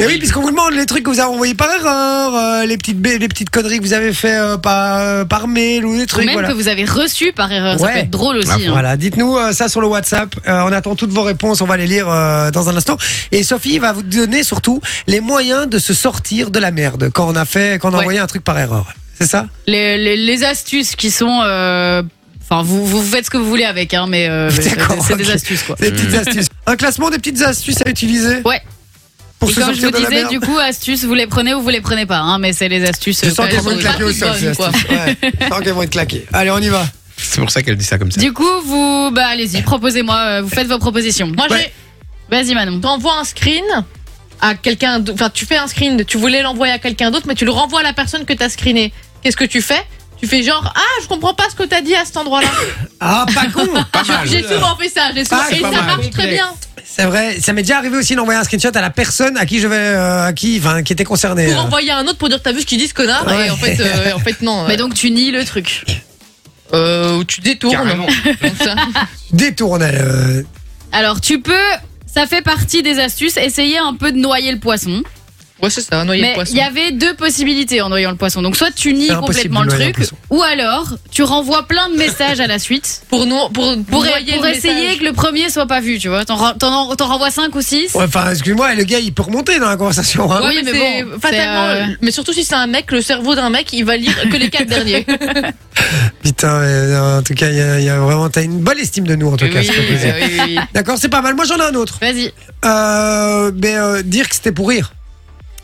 Et oui, puisqu'on vous demande les trucs que vous avez envoyés par erreur, euh, les petites ba- les petites conneries que vous avez fait euh, par euh, par mail ou des Ou trucs. même voilà. que vous avez reçu par erreur. Ça Ouais. peut être drôle aussi. hein. Ah, Voilà, dites-nous euh, ça sur le WhatsApp. Euh, on attend toutes vos réponses, on va les lire euh, dans un instant. Et Sophie va vous donner surtout les moyens de se sortir de la merde quand on a fait, quand on a Ouais. envoyé un truc par erreur. C'est ça Les, les- les astuces qui sont. euh, Enfin, vous, vous faites ce que vous voulez avec, hein, mais euh, c'est D'accord, c'est des ok. astuces, quoi. Des petites astuces. Un classement des petites astuces à utiliser Ouais. Pour Et se comme je sortir vous de la merde. disais, du coup, astuces, vous les prenez ou vous les prenez pas, hein, mais c'est les astuces. Je euh, sens pas- qu'elles vont sont être claquées pas aussi, bonnes, ces quoi. astuces. Ouais. Je sens qu'elles vont être claquées. Allez, on y va. C'est pour ça qu'elle dit ça comme ça. Du coup, vous, bah, allez-y, proposez-moi, euh, vous faites vos propositions. Moi, Ouais. j'ai- Vas-y, Manon. t'envoies un screen à quelqu'un, d- enfin tu fais un screen, tu voulais l'envoyer à quelqu'un d'autre, mais tu le renvoies à la personne que t'as screené. Qu'est-ce que tu fais Tu fais genre ah je comprends pas ce que t'as dit à cet endroit-là. Ah, pas con Pas mal. J'ai souvent fait ça, j'ai souvent Ah, c'est et pas ça mal. marche très bien. C'est vrai, ça m'est déjà arrivé aussi d'envoyer un screenshot à la personne à qui je vais, euh, à qui, enfin, qui était concernée. Pour envoyer à un autre pour dire t'as vu ce qu'il dit ce connard euh, Ouais. et en fait euh, en fait non. Mais donc, tu nies le truc. euh, ou tu détournes. Carrément. Comme ça. Détourner. euh, Alors, tu peux, ça fait partie des astuces, essayer un peu de noyer le poisson. Ouais c'est ça, noyer le Mais poisson. il y avait deux possibilités en noyant le poisson. Donc, soit tu nies C'est impossible complètement de le noyer un truc, poisson. ou alors tu renvoies plein de messages à la suite. Pour nous pour Pour, noyer pour le essayer message. que le premier soit pas vu, tu vois. T'en ren- T'en t'en renvoies 5 ou 6. ouais, Enfin, excuse-moi, le gars, il peut remonter dans la conversation. hein. Ouais. Oui, Ah Oui, mais, mais c'est bon, fatalement. c'est, euh, Mais surtout si c'est un mec, le cerveau d'un mec, il va lire que les quatre derniers. Putain, mais, euh, en tout cas, il y, a- il y a vraiment, t'as une bonne estime de nous, en tout cas. ça fait plaisir. oui, oui. D'accord, c'est pas mal. Moi, j'en ai un autre. Vas-y. Euh, mais euh, dire que c'était pour rire.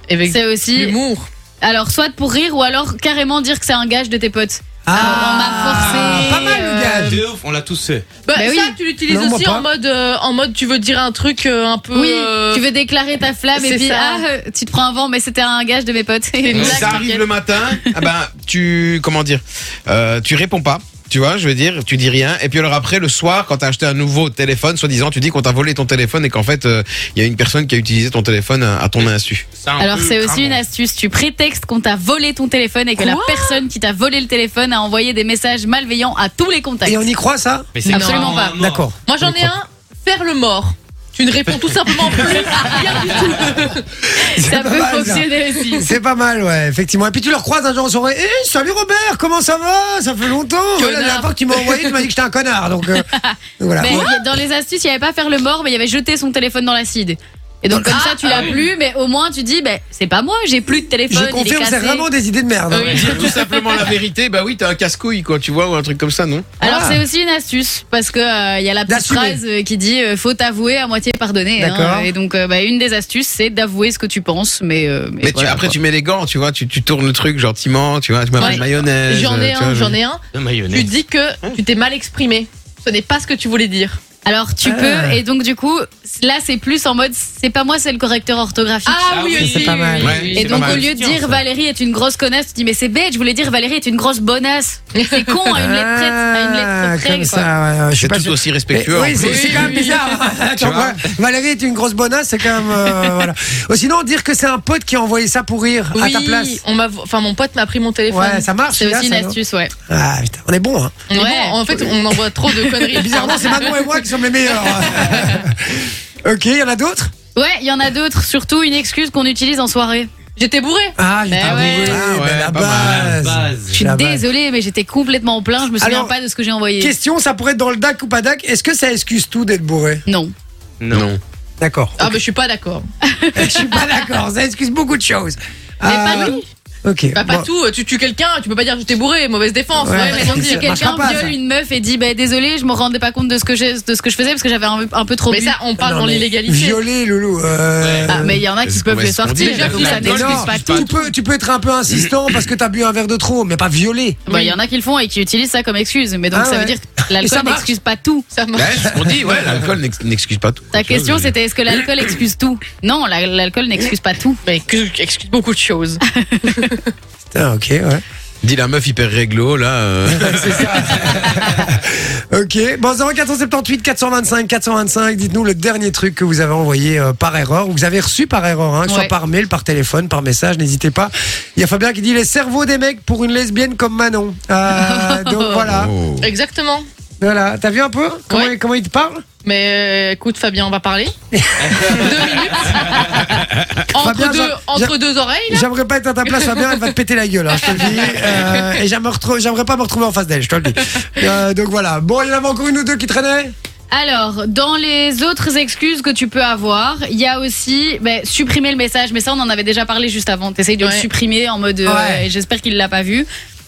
Et avec C'est aussi. l'humour. Alors, soit pour rire, ou alors carrément dire que c'est un gage de tes potes. on m'a forcé, Ah, pas mal le euh, Ah, gage. De ouf, on l'a tous fait. Bah, Bah ça, oui. tu l'utilises Non, moi aussi pas. en mode, euh, en mode, tu veux dire un truc euh, un peu. Oui, euh, tu veux déclarer ta flamme et c'est puis ça. ah, euh, tu te prends un vent, mais c'était un gage de mes potes. Donc, Exact, ça arrive le matin, ah ben, tu. Comment dire euh, Tu réponds pas. Tu vois, je veux dire, tu dis rien. Et puis alors après, le soir, quand t'as acheté un nouveau téléphone, soi-disant, tu dis qu'on t'a volé ton téléphone et qu'en fait, euh, il y a une personne qui a utilisé ton téléphone à, à ton insu. Alors c'est aussi une astuce, tu prétextes qu'on t'a volé ton téléphone et que la Quoi personne qui t'a volé le téléphone a envoyé des messages malveillants à tous les contacts. Et on y croit, ça c'est Absolument non, pas. non. D'accord. Moi, j'en ai un. Faire le mort. Tu ne réponds tout simplement plus. à rien du tout. Ça pas peut mal, ça. fonctionner aussi. C'est pas mal, ouais, effectivement. Et puis tu leur croises un jour en soirée. Hé, salut Robert, comment ça va Ça fait longtemps. Ouais, La dernière Connard. fois que tu m'as envoyé, tu m'as dit que j'étais un connard. Donc, euh, donc voilà. Mais y a- dans les astuces, il n'y avait pas faire le mort, mais il y avait jeter son téléphone dans l'acide. Et donc Ah comme ça, tu l'as plus, mais au moins tu dis, ben c'est pas moi, j'ai plus de Je téléphone. il est confirme, c'est cassé. vraiment des idées de merde. Euh, hein. Dire tout simplement la vérité, bah oui, t'as un casse-couille, quoi, tu vois, ou un truc comme ça, non Alors Ah. c'est aussi une astuce parce que euh, il y a la petite D'assumer. phrase euh, qui dit euh, faut avouer à moitié pardonner. hein. D'accord. et donc euh, bah, une des astuces c'est d'avouer ce que tu penses, mais euh, mais, Mais tu- voilà, après, quoi. tu mets les gants, tu vois, tu, tu tournes le truc gentiment, tu vois, tu m'appelles Ouais. mayonnaise. J'en ai tu vois, un, je- j'en ai un. Tu dis que tu t'es mal exprimé. Ce n'est pas ce que tu voulais dire. alors tu Ah. peux et donc du coup là c'est plus en mode c'est pas moi c'est le correcteur orthographique. Ah oui, oui, c'est oui, pas oui, mal. oui, Ouais, oui. Et c'est pas donc au mal. lieu de dire Valérie est une grosse connasse, tu dis mais c'est bête, je voulais dire Valérie est une grosse bonasse. C'est con à une lettre près, à une Ah, lettre près, comme quoi. ça, ouais, ouais, je suis C'est pas tout sûr. aussi Mais respectueux. Oui, en c'est plus. c'est quand même bizarre. hein. Attends, vois ouais, Valérie est une grosse bonasse, c'est quand même. euh, voilà. Ou sinon, dire que c'est un pote qui a envoyé ça pour rire à ta place. on m'a, enfin mon pote m'a pris mon téléphone. Ouais, ça marche. C'est celui-là, aussi une ça, non astuce, ouais. Ah putain, on est bon. Hein. On est Ouais. bon, en fait, on envoie trop de conneries. Bizarrement, c'est Manon et moi qui sommes les meilleurs. ok, il y en a d'autres Ouais, il y en a d'autres, surtout une excuse qu'on utilise en soirée. J'étais bourré. Ah, j'ai Ben pas ouais. oublié. Ah ouais, ben la pas mal. base. Je suis La base. désolée, mais j'étais complètement en plein. Je me souviens Alors, pas de ce que j'ai envoyé. Question, ça pourrait être dans le DAC ou pas DAC Est-ce que ça excuse tout d'être bourré Non. Non. D'accord. Ah, mais je suis pas d'accord. Je suis pas d'accord, ça excuse beaucoup de choses. Mais pas Euh, tout. Ok. Bah, bon. pas tout. Tu tues quelqu'un, tu peux pas dire j'étais bourré, mauvaise défense. Ouais, Ouais, Ouais, mais mais donc, si ça marchera quelqu'un pas, ça. viole une meuf et dit bah désolé, je me rendais pas compte de ce que j'ai- de ce que je faisais parce que j'avais un, un peu trop mais bu. ça, on parle Non, dans mais l'illégalité. Violer, loulou. euh, Ah, mais il y en a qui Est-ce peuvent qu'on le est-ce qu'on sortir. dit J'avoue, la ça blague mais n'excuse non, pas tu tout. tu peux, tu peux être un peu insistant parce que t'as bu un verre de trop, mais pas violer. Bah, Il y en a qui le font et qui utilisent ça comme excuse. Mais donc, Ah ça ouais. veut dire que Et ça l'alcool marche. n'excuse pas tout. Ça marche. Bah, c'est ce qu'on dit, ouais, l'alcool n'ex- n'excuse pas tout. Ta Tu vois, question, je veux dire. c'était est-ce que l'alcool excuse tout Non, la- l'alcool n'excuse pas tout. Mais que, excuse beaucoup de choses. Putain, ok, ouais. Dis la meuf hyper réglo, là. euh. Ok, bon 0478 425 425, dites-nous le dernier truc que vous avez envoyé euh, par erreur, ou que vous avez reçu par erreur, hein, que ce soit Ouais. par mail, par téléphone, par message, n'hésitez pas. Il y a Fabien Ah. qui dit les cerveaux des mecs pour une lesbienne comme Manon. Euh, donc voilà. Oh. Exactement. Voilà, t'as vu un peu comment, Ouais. il- comment il te parle Mais euh, écoute, Fabien, on va parler. deux minutes. entre, Fabien, deux, j'a- entre deux oreilles, là. J'aimerais pas être à ta place, Fabien, elle va te péter la gueule, hein, je te le dis. Euh, et j'aimerais retro- j'aimerais pas me retrouver en face d'elle, je te le dis. Euh, donc voilà. Bon, il y en avait encore une ou deux qui traînaient Alors, dans les autres excuses que tu peux avoir, il y a aussi ben, supprimer le message. Mais ça, on en avait déjà parlé juste avant. T'essayes de le Ouais. supprimer en mode euh, Ouais. et j'espère qu'il l'a pas vu.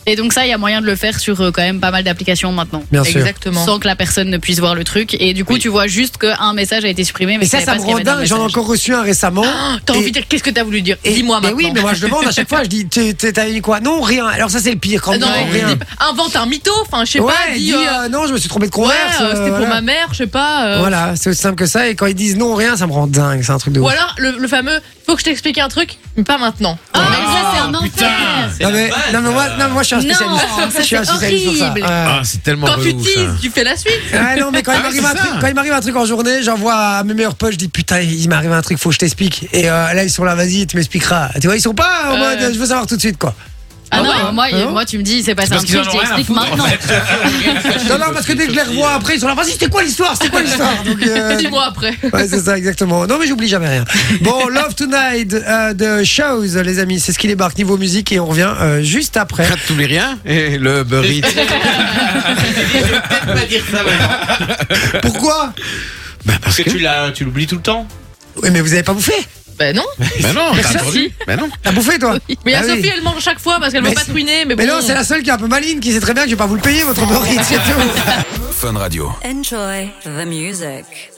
Et donc ça, il y a moyen de le faire sur euh, quand même pas mal d'applications maintenant. Bien Exactement. Sans que la personne ne puisse voir le truc. Et du coup, tu vois juste qu'un message a été supprimé. Mais Et ça, tu savais ça pas me ce qu'il y rend avait dans le dingue. J'en ai message. Oh encore reçu un récemment. T'as Et- envie de dire, qu'est-ce que t'as voulu dire et- Dis-moi mais maintenant. oui, mais moi je demande à chaque fois, je dis, t'es- t'es- t'as eu quoi Non, rien. Alors ça, c'est le pire quand Ah non, non, dis rien. pas- invente un mytho, enfin, je sais ouais, pas, dis. dis, euh, euh, non, je me suis trompé de ouais, converse. euh, euh, c'était pour voilà. ma mère, je sais pas. euh, Voilà, c'est aussi simple que ça. Et quand ils disent non, rien, ça me rend dingue. C'est un truc de Ou ouf. alors le, le fameux, faut que je t'explique un truc, mais pas maintenant. Ah, mais ça, c'est un Putain, enfer. c'est Non la mais, base, non, mais moi, là. non, mais moi, je suis un spécialiste. Non, ça, je suis un c'est spécialiste sur ça. horrible. Ouais. Ah, c'est tellement Quand tu relou, ça. teases, tu fais la suite. Ouais, non, mais quand il Ah, m'arrive c'est un ça. truc, quand il m'arrive un truc en journée, j'envoie à mes meilleurs potes, je dis putain, il m'arrive un truc, faut que je t'explique. Et euh, là, ils sont là, vas-y, tu m'expliqueras. Tu vois, ils sont pas en Euh. mode, je veux savoir tout de suite, quoi. Ah non, moi, Ah bon moi, tu me dis, c'est passé un Parce qu'ils truc, en je ont rien à t'explique foutre, en maintenant. fait. Non, non, parce que dès que je les revois après, ils sont là, vas-y, c'était quoi l'histoire, c'était quoi l'histoire. Donc, euh, Six mois après. Ouais, c'est ça, exactement. Non, mais j'oublie jamais rien. Bon, Love Tonight euh, de Shows, les amis, c'est ce qui débarque niveau musique et on revient euh, juste après. Crête tous les riens et le burrito. Peut-être pas dire ça maintenant. Pourquoi Parce que tu l'as- tu l'oublies tout le temps. Oui, mais vous avez pas bouffé Ben non. Ben non, t'as Merci. entendu Ben non. T'as bouffé, toi Mais il y a Ah oui. Sophie, elle mange chaque fois parce qu'elle veut Mais pas c'est- truiner. Mais, Mais bon. non, c'est la seule qui est un peu maligne, qui sait très bien que je vais pas vous le payer, votre burrito, c'est tout. Enjoy the music.